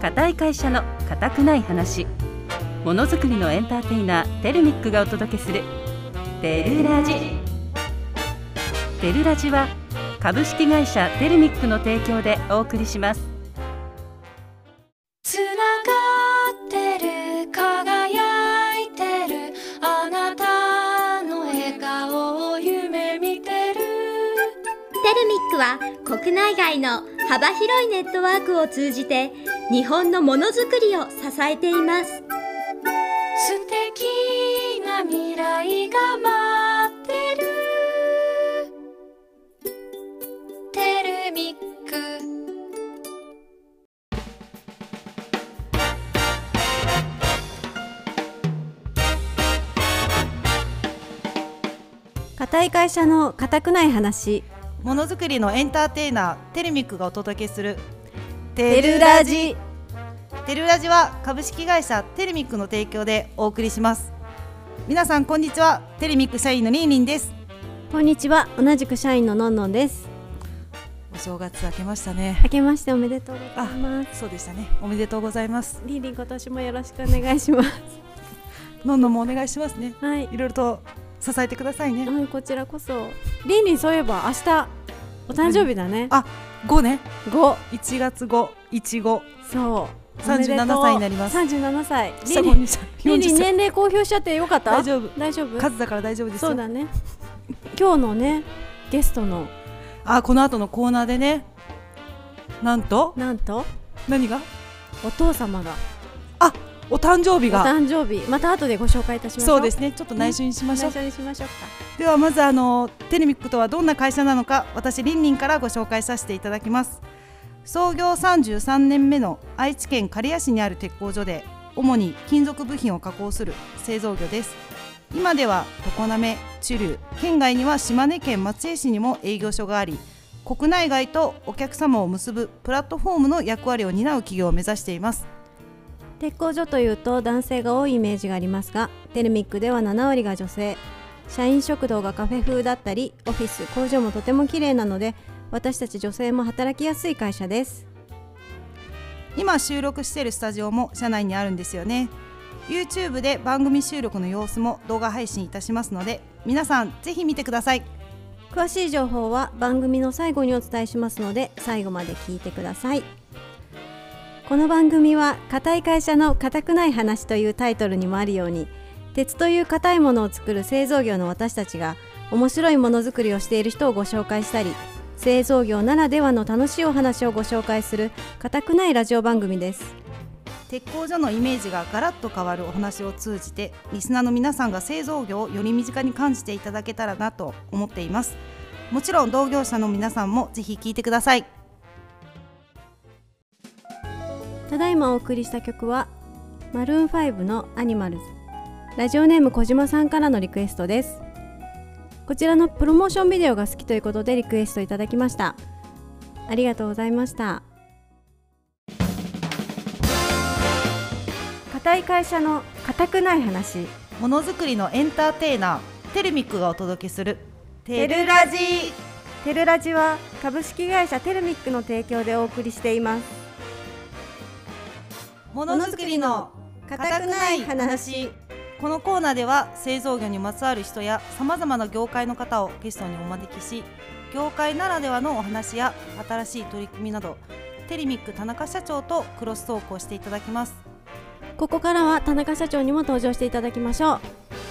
固い会社の固くない話ものづくりのエンターテイナーテルミックがお届けする「テルラジ」テルラジは株式会社テルミックの提供でお送りしますつながってる輝いてるあなたの笑顔を夢見てるテルミックは国内外の幅広いネットワークを通じて日本のものづくりを支えています素敵な未来が待ってるテルミック固い会社の固くない話ものづくりのエンターテイナーテルミックがお届けするテルラジは株式会社テルミックの提供でお送りします皆さんこんにちはテルミック社員のりんりんですこんにちは同じく社員ののんのんですお正月明けましたね明けましておめでとうございますそうでしたねおめでとうございますりんりん今年もよろしくお願いしますのんのんもお願いしますね はいいろいろと支えてくださいねはいこちらこそりんりんそういえば明日お誕生日だねあ5ね五1月5いちごそう37歳になります三十七歳り下ん五りんにしりん40りん歳年齢公表しちゃってよかった大丈夫大丈夫数だから大丈夫ですそうよだね今日のねゲストのあこの後のコーナーでねなんとなんと何がお父様があお誕生日おが誕生日また後でご紹介いたしましょうそうですねちょっと内緒にしましょう、内緒にしましょうかではまずあのテルミックとはどんな会社なのか私りんりんからご紹介させていただきます創業33年目の愛知県刈谷市にある鉄工所で主に金属部品を加工する製造業です今では常滑、中流、県外には島根県松江市にも営業所があり国内外とお客様を結ぶプラットフォームの役割を担う企業を目指しています鉄工所というと男性が多いイメージがありますがテルミックでは7割が女性社員食堂がカフェ風だったりオフィス工場もとても綺麗なので私たち女性も働きやすい会社です今収録しているスタジオも社内にあるんですよね YouTube で番組収録の様子も動画配信いたしますので皆さんぜひ見てください詳しい情報は番組の最後にお伝えしますので最後まで聞いてくださいこの番組は「固い会社の固くない話」というタイトルにもあるように鉄という固いものを作る製造業の私たちが面白いものづくりをしている人をご紹介したり製造業ならではの楽しいお話をご紹介する固くないラジオ番組です鉄工所のイメージがガラッと変わるお話を通じてリスナーの皆さんが製造業をより身近に感じていただけたらなと思っていますもちろん同業者の皆さんもぜひ聞いてくださいただいまお送りした曲はマルーン5のアニマルズラジオネーム小島さんからのリクエストですこちらのプロモーションビデオが好きということでリクエストいただきましたありがとうございました固い会社の固くない話ものづくりのエンターテイナーテルミックがお届けするテルラジテルラジは株式会社テルミックの提供でお送りしていますものづくりの固くない話このコーナーでは製造業にまつわる人やさまざまな業界の方をゲストにお招きし業界ならではのお話や新しい取り組みなどテリミック田中社長とクロストークをしていただきますここからは田中社長にも登場していただきましょう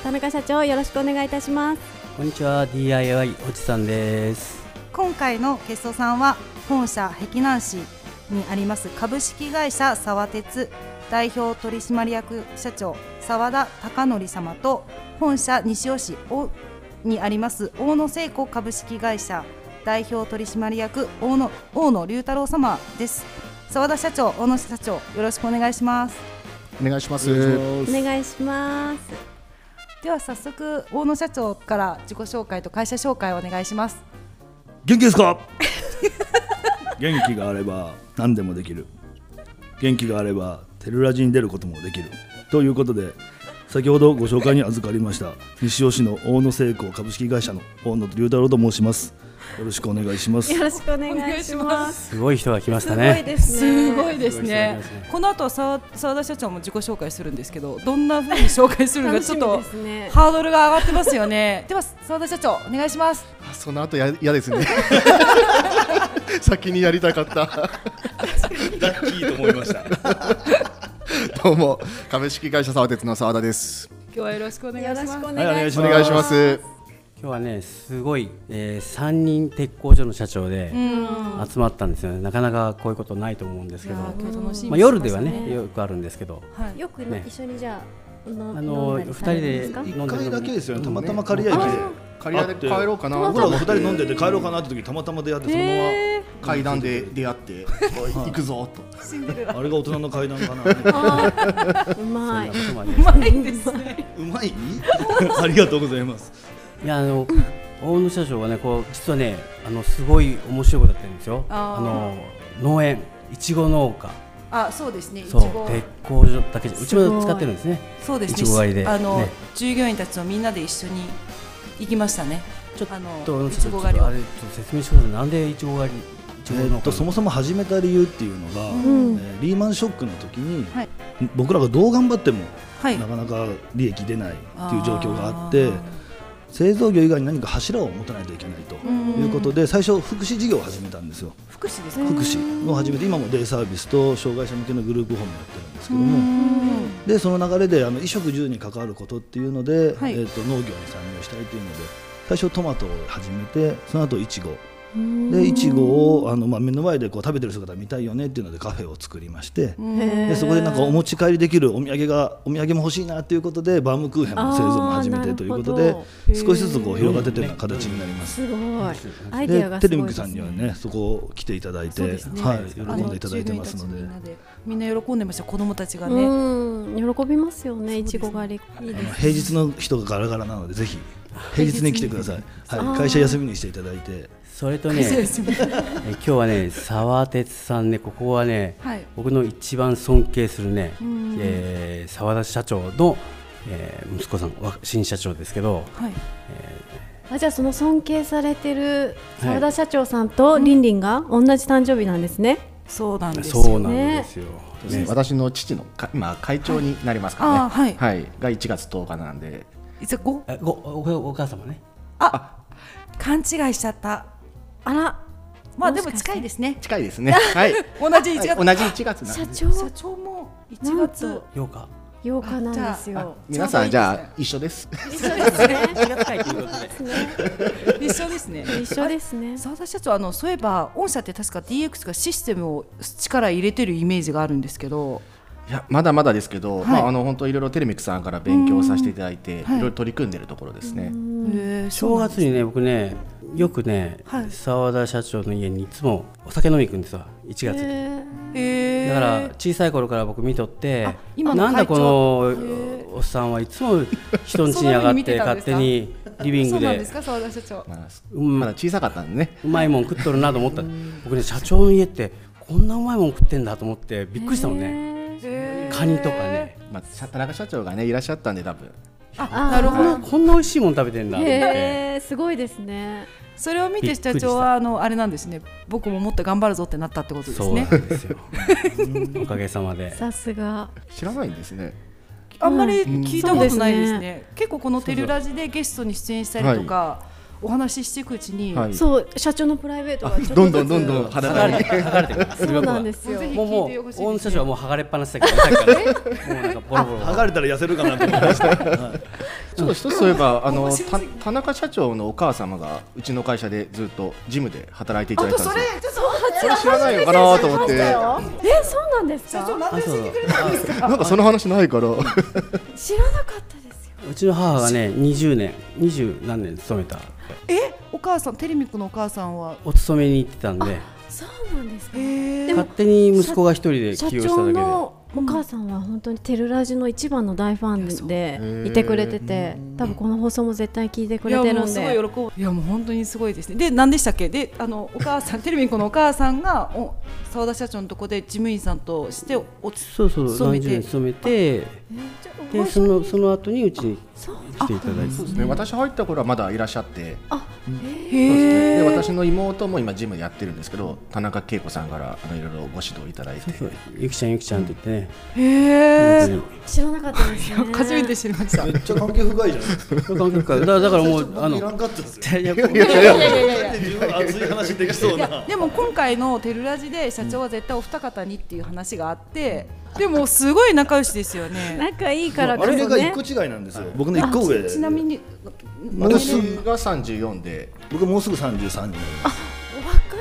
田中社長よろしくお願いいたしますこんにちは DIY おじさんです今回のゲストさんは本社碧南市にあります株式会社沢鉄代表取締役社長沢田貴則様と本社西尾市をにあります大野製鋼株式会社代表取締役大野大野龍太郎様です沢田社長大野社長よろしくお願いしますお願いします。お願いしますでは早速大野社長から自己紹介と会社紹介をお願いします元気ですか元気があれば何でもできる元気があればテルラジに出ることもできるということで先ほどご紹介に預かりました西尾市の大野製鋼株式会社の大野龍太郎と申しますよろしくお願いしますよろしくお願いします。すごい人が来ましたすごいね。ですね。すごいですねすごい人が来ましたねこの後澤澤田社長も自己紹介するんですけどどんな風に紹介するのか楽ちしょっみとですね。ハードルが上がってますよねでは澤田社長お願いしますあその後や嫌ですね 先にやりた かったラッキーと思いました どうも株式会社沢鉄の沢田です今日はよろしくお願いよしろしますくおはいお願願いいししおまますす。願いします今日はね、すごい、えー、3人鉄工所の社長で集まったんですよね、なかなかこういうことないと思うんですけいど、やー今日楽しみにしてまあ、夜ではましたね、よくあるんですけど、はいよくね一緒にじゃあのあのー、飲んだり2されるん人かで飲んでるの一回だけですよねたまたま刈谷駅で刈谷で帰ろうかな僕らがと思二って人飲んでて帰ろうかなって時たまたま出会ってその階段で出会って行くぞとままあれが大人の階段か なうまい。そんなことまで うまい ありがとうございますいやあの大野社長はねこう実はねあのすごい面白いことやってるんですよ。あーあの農園いちご農家あそうですねいちそうご鉄工所だけじゃうちも使ってるんですね。そうですねいちご狩りであの、ね従業員たちとみんなで一緒に行きましたねちょっあのと大野い社ち長ごちょ狩っりとをあれちょっと説明してくださいなんでいちご狩りいちご農家えなのっとそもそも始めた理由っていうのが、うんえーリーマンショックの時に、はい僕らがどう頑張っても、はいなかなか利益出ないっていう状況があっあてー製造業以外に何か柱を持たないといけないとんいうことで最初福祉事業を始めたんですよ福祉ですか福祉を始めて今もデイサービスと障害者向けのグループホームやってるんですけどもでその流れであの衣食住に関わることっていうので、はいえー、と農業に参入したいというので最初トマトを始めてその後いちごでいちごをあの、まあ、目の前でこう食べてる姿見たいよねっていうのでカフェを作りましてでそこでなんかお持ち帰りできるお土産がお土産も欲しいなということでバームクーヘンの製造も始めてというこあとーなでるほ少しずつこう広がっていったような形になります。すごい。アイデアでがテすレミごッいでクすさんにはね。ねそこを来ていただいて、そうですねはい、喜ああのんでいただいてますの従業員たでちみんなでみんな喜んでました子供たちがね、うん喜びますよねいちご狩り。いいあでのす。平日の人がガラガラなのでぜひ平日に来てください、はい、会社休みにしていただいてそれ とねえ今日はね沢哲さんねここはね、はい僕の一番尊敬するね、えー、沢田社長の、えー息子さんわ新社長ですけどはいあじゃあその尊敬されてる澤田社長さんとリンリンが同じ誕生日なんですね。そうなんですよそうなんですよ、ね私の父のか今会長になりますあーかはいねはいが1月10日なんでいつごあごおお母様ね勘違いしちゃったあらまあでも近いですね近いです ねはい同じ1はい月、同じ1月なん社で長社長も1なん月と8日8日なんですよ。皆さんじゃあ一緒です一緒ですね。一緒ですね一緒ですね。澤田社長あの そういえば御社って確か DX がシステムを力入れてるイメージがあるんですけどいやまだまだですけど、いまあ、あの本当いろいろテレミックさんから勉強させていただいて、はいい、ろいろ取り組んでるところですね。へー正月にね僕ねよくね、はい沢田社長の家にいつもお酒飲みに行くんですわ1月に、へーだから小さい頃から僕見とってあ今のなんだこ会長へのおっさんはいつも人ん家に上がそんなって風に見てたん勝です手かにリビンそうグなんでですか澤田社長まあうんまだ小さかったんでね。うまいもん食っとるなと思った僕ね社長の家ってこんなうまいもん食ってんだと思ってびっくりしたもんねカニとかねまあ社田中社長がねいらっしゃったんで多分。あなるほこんなこんな美味しいもん食べてんだと思ってへえすごいですね。それを見びてっくり社した長はあのあれなんですね僕ももっと頑張るぞってなったってことですそうなねんですよおかげさまでさすが。知らないんですね。あんまり聞いたことないですね,、うんそうです結構この「テルラジ」でゲストに出演したりとか、お話ししていくうちに、はい。そう社長のプライベートがちょっとどんどんどんどん肌がり。剥がれてるそうなんですよ。もうも聞いてほうしいですね大野社長はもう剥がれっぱなしだけどさっきからもうなんかボロボロ剥がれたら痩せるかなと思いましたちょっと一つそういえ ばあのた田中社長のお母様がうちの会社でずっとジムで働いていただいたんですよ。それ知らないのかなと思って。なえそうなんですか。あそうなんかその話ないから。 知らなかったですよ。うちの母がね20年20何年勤めたえお母さんテレミックのお母さんはお勤めに行ってたんでそうなんですか。でも勝手に息子が一人で社起用した長だけでのお母さんは本当にテルラジの一番の大ファンでいてくれてて、多分この放送も絶対聞いてくれていやるもうんすで。ごい喜ぶいやもう本当にすごいですねで何でしたっけであのお母 さんテレビにこのお母さんがお澤田社長のとこで事務員さんとしておおそうそう勤め何十て年勤めてでそのその後にうちにそう来ていただいてそうですね、私入った頃はまだいらっしゃって、そうですね、へえで私の妹も今ジムやってるんですけど田中恵子さんからあのいろいろご指導いただいてそうゆきちゃんゆきちゃんって言ってね、へえ本知らなかったですね初めて知りましためっちゃ関係深いじゃないですか。当に感覚がだからだからもうああのいらのんかったです よ。いやこう自分熱い話できそうな。でも今回の「テルラジ」で社長は絶対お二方にっていう話があってでもすごい仲良しですよ ね仲いいからこあそれが一ね個違いなんですよ。僕の一個上で。ちなみにもうす私ぐが34で僕もうすぐ三十三になります。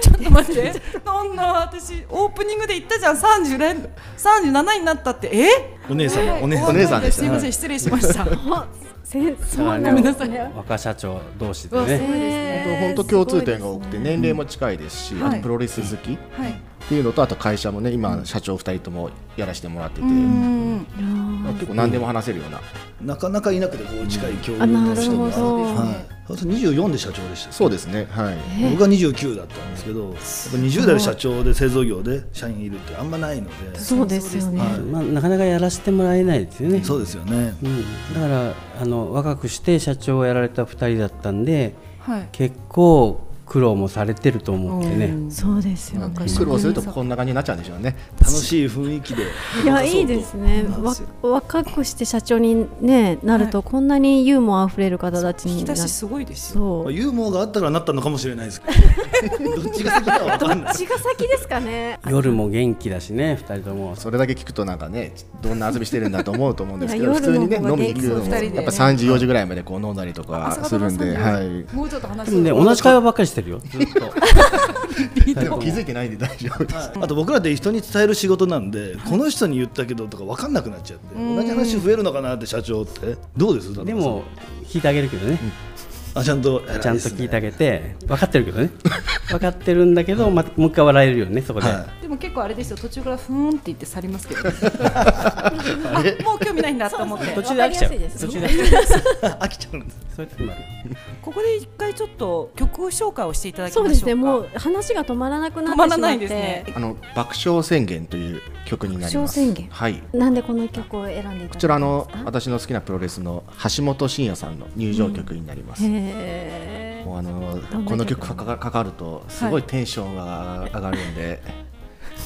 ちょっと待ってそんな私オープニングで言ったじゃん30年37になったってえお姉様、お姉様。お姉さんでしたすみません失礼しましたせそうあなんのだ若社長同士でね本当共通点が多くて年齢も近いですし、あとプロレス好きっはいていうのとあと会社もね今社長2人ともやらせてもらってて、うん結構何でも話せるような、なかなかいなくてこう近い共有あなのる人が。ほどはい。そう二十四で社長でした。そうですねはい僕は29だったんですけど、やっぱ20代で社長で製造業で社員いるってあんまないので、そうですよねはまあ、なかなかやらせてもらえないですよねい、そうですよね。うん、だからあの若くして社長をやられた2人だったんではい結構苦労もされてると思ってね、そうですよね苦労するとこんな感じになっちゃうんでしょうね楽しい雰囲気でいやいいですねそうわそう若くして社長に、ね、なるとこんなにユーモアあふれる方たち引にきな出るしすごいですよそまあうユーモアがあったからなったのかもしれないですけ どどっちが先かは分かんない血が先ですかね夜も元気だしね2人ともそれだけ聞くとなんかねどんな遊びしてるんだと思うと思うんですけいどや普通にね夜の方が飲みに行く元気のもそう二人でねやっぱ3時4時ぐらいまでこう飲んだりとか朝す方るのん三で、時はい、もうちょっと話でしもねて同じ会話ばっかりしてるよずっとでも気づいてないんで大丈夫ですあと僕らって人に伝える仕事なんで、この人に言ったけどとか分かんなくなっちゃって同じ話増えるのかなって社長ってどうですでも聞いてあげるけどね、あちゃんとちゃんと聞いてあげて分かってるけどね分かってるんだけど、またもう一回笑えるよねそこで、はでも結構あれですよ途中からふーんって言って去りますけ どあもう興味ないんだと思って途中で飽きちゃうわかりやすいです途中で飽きちゃう 飽きちゃうんですそういう時もあるここで一回ちょっと曲紹介をしていただきましそょううかですねもう話が止まらなくなってしまっ止てまらないですねあの爆笑宣言という曲になります爆笑宣言はいなんでこの曲を選んでいただいたんですかこちらの私の好きなプロレスの橋本真也さんの入場曲になります、へーもうあの曲この曲かかかかるとすごいテンションが上がるんで、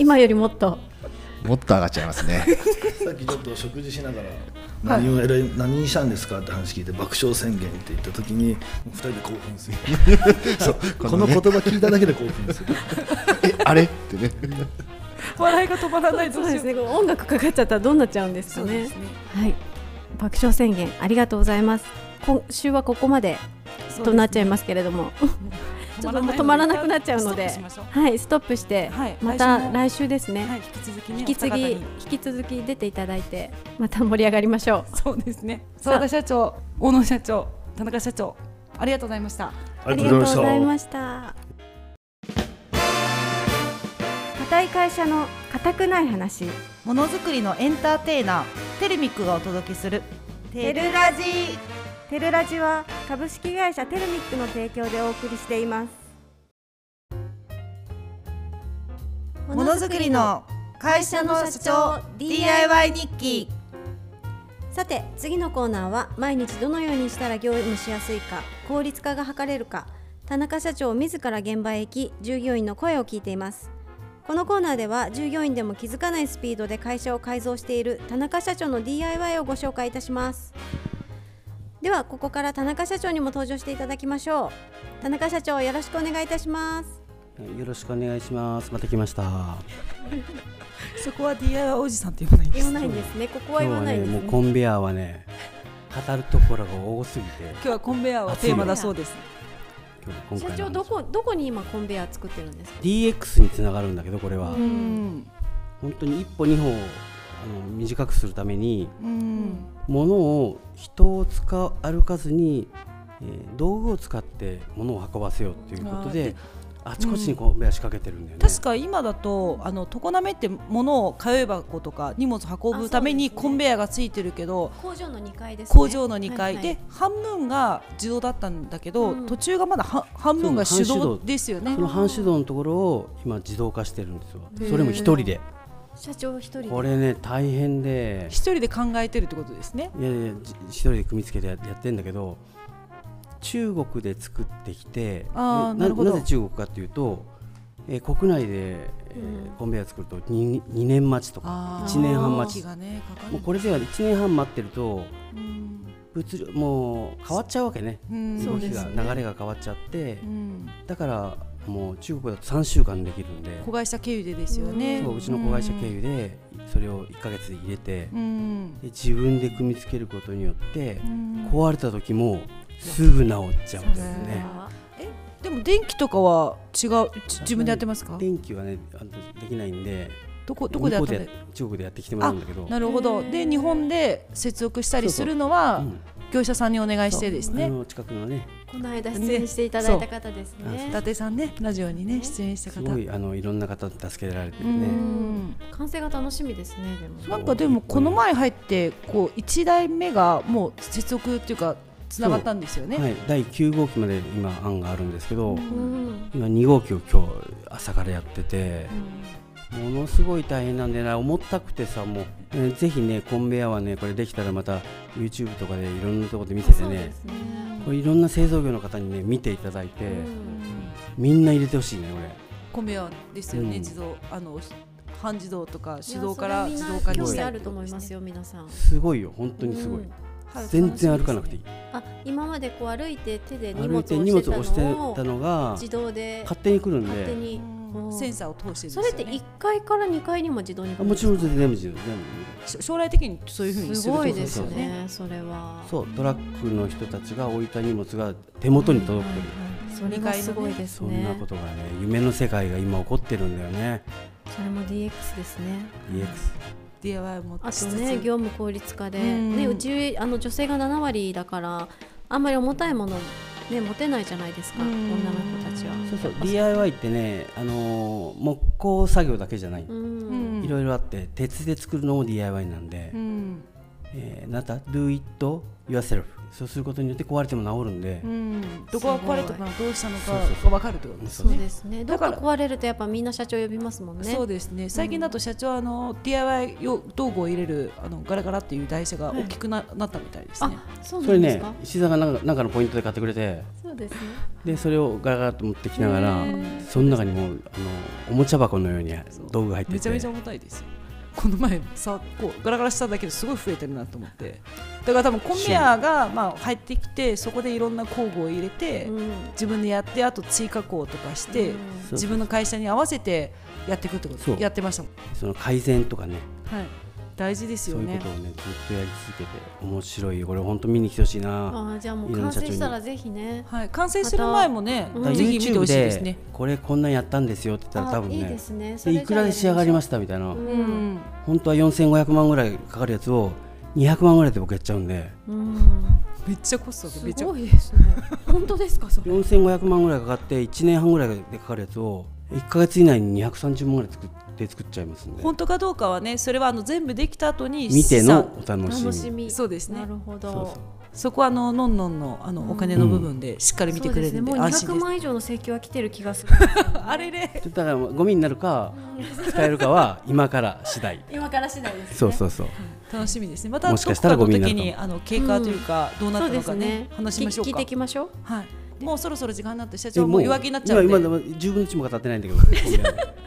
今よりもっともっと上がっちゃいますね さっきちょっと食事しながら何を選び、何にしたんですかって話聞いて爆笑宣言って言った時にもう二人で興 奮するそうこの言葉聞いただけで興奮するえあれってね笑いが止まらないそどううしでよすねこう音楽かかっちゃったらどうなっちゃうんですかうねそうですねはい爆笑宣言ありがとうございます今週はここまでとなっちゃいますけれどもちょっともう止まらなくなっちゃうのでストップしましょはいストップして、はいまた来来週ですね、うはい、引き続きね引き継ぎお互い引にき続き出ていただいてまた盛り上がりましょうそうですね澤田社長大野社長田中社長ありがとうございましたあありがとうございました硬い会社の硬くない話ものづくりのエンターテイナーテルミックがお届けするテルラジテルラジは株式会社テルミックの提供でお送りしていますものづくりの会社の社長 DIY 日記さて次のコーナーは毎日どのようにしたら業務しやすいか効率化が図れるか田中社長自ら現場へ行き従業員の声を聞いていますこのコーナーでは従業員でも気づかないスピードで会社を改造している田中社長の DIY をご紹介いたしますではここから田中社長にも登場していただきましょう田中社長よろしくお願いいたしますよろしくお願いしますまた来ました今そこは DIY おじさんって言わないんで言わすないんですねここは日言わはないでねすもうねコンベヤーはね語るところが多すぎて今日はコンベヤーをテーマだそうです今日今回の社長どこどこに今コンベヤー作ってるんですか DX につながるんだけどこれは、うん本当に一歩二歩あの短くするためにうん物を人を使う歩かずに、えー道具を使って物を運ばせようということであちこちにこうベア仕掛けてるんだよね、確か今だとあの常滑って物を通え箱とか荷物運ぶためあにそうですねコンベヤーがついてるけど、工場の2階ですね工場の2階はいはでい半分が自動だったんだけど、うん途中がまだは半分が手そう半動手動ですよねその半手動のところを今自動化してるんですよそれも一人で社長一人でこれね大変で一人で考えてるってことですねいやいやじ一人で組み付けてややってんだけど中国で作ってきてあーでなるほどぜ中国かっていうと、えー国内で、えーコンベヤー作ると 2, 二年待ちとかあー1年半待時ち、期がねかかるもうこれでは1年半待ってると物量もう変わっちゃうわけね、うん動そうきでが、すね流れが変わっちゃって、うんだからもう中国だと3週間できるんで子会社経由でですよねそううちの子会社経由でそれを1ヶ月で入れて、うんで自分で組み付けることによって、うん壊れた時もすぐ治っちゃうんだよね。えでも電気とかは違うじ自分でやってますか電気はねあのできないんでどこどこでやったんだ向こう中国でやってきてもらうんだけどなるほどで日本で接続したりするのは業者さんにお願いしてですあねの近くのねこの間出演していただいた方ですね伊達さんねラジオにね出演したす方ごいあのいろんな方に助けられてうねん完成が楽しみですねでもなんかでもこの前入ってこう1台目がもう接続っていうかつながったんですよね、はい、第9号機まで今案があるんですけど、ん今2号機を今日朝からやってて、ものすごい大変なんでな重たくてさもう、えーぜひねコンベヤーはねこれできたらまた YouTube とかでいろんなところで見せてねこれいろんな製造業の方にね見ていただいて、みんな入れてほしいねこれ。コンベヤーですよね、うん自動あの半自動とかい手や動からそれみん自な動化に興し味たありると思いますよ皆さんすごいよ本当にすごい、うん全然歩かなくていい、あ今までこう歩いて手で荷物歩をいて荷物を押押ししててたのをたのが自動で勝手に来るんで勝手にセンサーを通してそれって一階から二階にも自動にあもちろん全部自動全し将来的にそういうふうにすするってごこいとですそうそうねそれは部そうトラックの人たちが置いた荷物が手元に届くという、それがすごいですそんなねことがね夢の世界が今起こってるんだよねそれも DX ですね DX DIY もあとしつねつ業務効率化で、うんねうちあの女性が7割だからあんまり重たいものね持てないじゃないですか、女の子たちは。そうそう DIY ってね、あのー木工作業だけじゃない、んいろいろあって鉄で作るのも DIY なんで、うんえーなんだ Do it yourself そうすることによって壊れても治るんで、うんどこが壊れたのかどうしたのかそうそうそが分うかるってことですそねうですね。どっか壊れるとやっぱみんな社長呼びますもんね。そうですね最近だと社長、あの DIY 用道具を入れるあのガラガラっていう台車が大きくな,、なったみたいですね。そそれね石井さんがなんかなんかのポイントで買ってくれてそうですね。でそれをガラガラと持ってきながらその中にもうあのおもちゃ箱のように道具が入っててめちゃめちゃ重たいですよ。この前さこうガラガラしただけですごい増えてるなと思ってだから多分コンベヤーが、まあ、入ってきてそこでいろんな工具を入れて、自分でやってあと追加工とかして、うん自分の会社に合わせてやっていくってこそとうやってましたもん、その改善とかねはい、大事ですそよういうねことをねずっとやり続けて面白いよこれ本当見に来てほしいなあーじゃあもういろん完な社成長にしたらぜひね。はい完成する前もねまだかたらうん YouTube すねでこれこんなんやったんですよって言ったらあ多分ねいいですねそれじゃあいくらで仕上がりましたみたいな、うん本当は4500万ぐらいかかるやつを200万ぐらいで僕やっちゃうんでめっちゃコストがめっちゃすごいですね。本当ですかそれ。 4500万ぐらいかかって1年半ぐらいでかかるやつを1か月以内に230万ぐらい作って作っちゃいますんで本当かどうかはねそれはあの全部できた後に見ての資お産楽しみ楽しそうですねなるほど。そうそそこはあののんのんのあのお金の部分でしっかり見てくれるんでそう安ですね。も心う200です万以上の請求は来てる気がする。あれれ。だからゴミになるか使えるかは今から次第 今から次第ですね。そうそうそう楽しみですねまたもしかしたらどっゴミ時になるにかもあの経過というかうどうんなったのかそうでねすね話しましょうかき聞いていきましょうはいもうそろそろ時間になって社長もう弱気になっちゃうん今で今10分の1も語ってないんだけど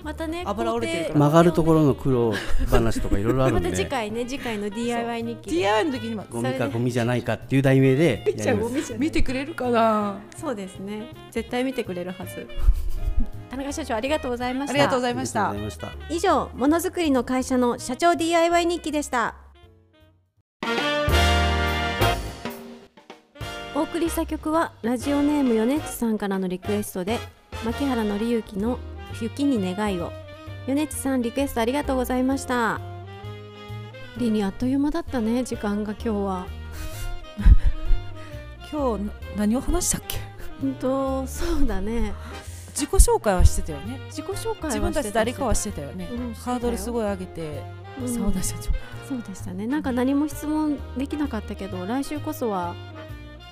またね油折れてるから曲がるところの苦労話とかいろいろあるんまた次で回ね次回の DIY 日記で DIY の時にもゴミかゴミじゃないかっていう題名でやります見てくれるかなそうですね絶対見てくれるはず 田中社長ありがとうございましあたりがとうございましたありがとうございました以上ものづくりの会社の社長 DIY 日記でしたお送りした曲はラジオネームよねっちさんからのリクエストで牧原紀之の雪に願いをよねっちさんリクエストありがとうございましたりにあっという間だったね時間が今日は今日何を話したっけ本当そうだね自己紹介はしてたよね自己紹介は自分たち誰かはしてたよねうんハードルすごい上げてうん澤田社長そうでしたねなんか何も質問できなかったけど来週こそは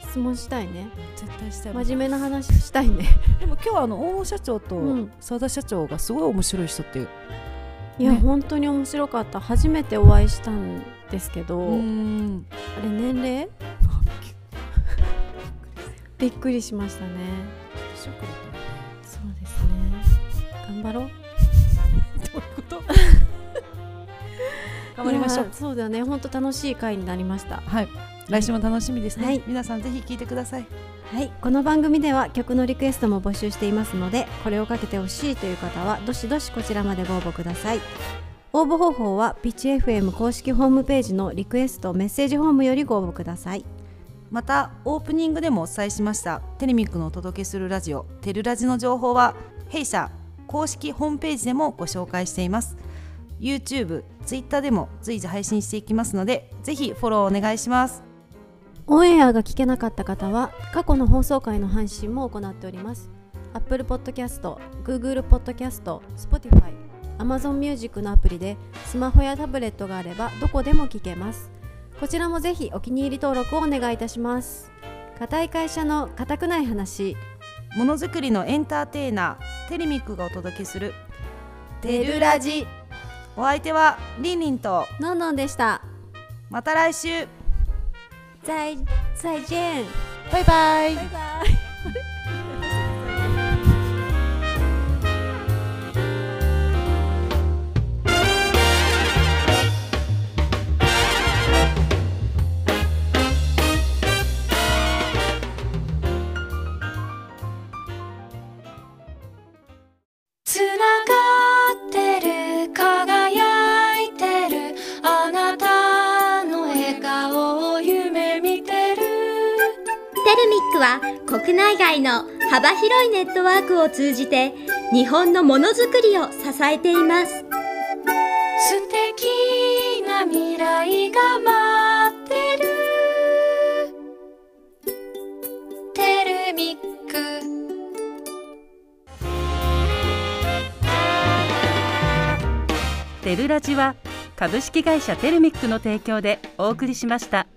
質問したいね絶対したい真面目な話した いねでも今日はあの大野社長とうん澤田社長がすごい面白い人っていや、ね本当に面白かった初めてお会いしたんですけどあれ年齢 びっくりしましたねそうですね頑張ろうどういうこと頑張りましょうそうだね本当楽しい回になりましたはい来週も楽しみですね、はい皆さんぜひ聞いてくださいはい、この番組では曲のリクエストも募集していますのでこれをかけてほしいという方はどしどしこちらまでご応募ください応募方法はピッチ FM 公式ホームページのリクエストメッセージフォームよりご応募くださいまたオープニングでもお伝えしましたテレミックのお届けするラジオテルラジの情報は弊社公式ホームページでもご紹介しています YouTube、Twitter でも随時配信していきますのでぜひフォローお願いしますオンエアが聞けなかった方は過去の放送回の配信も行っております Apple Podcast、Google Podcast、Spotify、Amazon Music のアプリでスマホやタブレットがあればどこでも聞けますこちらもぜひお気に入り登録をお願いいたします固い会社の固くない話ものづくりのエンターテイナーテレミックがお届けするテルラジお相手はリンリンとノンノンでしたまた来週再再见バイバイバイバイつながってる輝いてるあなたの笑顔を夢見てるテルミックは国内外の幅広いネットワークを通じて日本のものづくりを支えています素敵な未来が待ってるテルミックテルラジは株式会社テルミックの提供でお送りしました。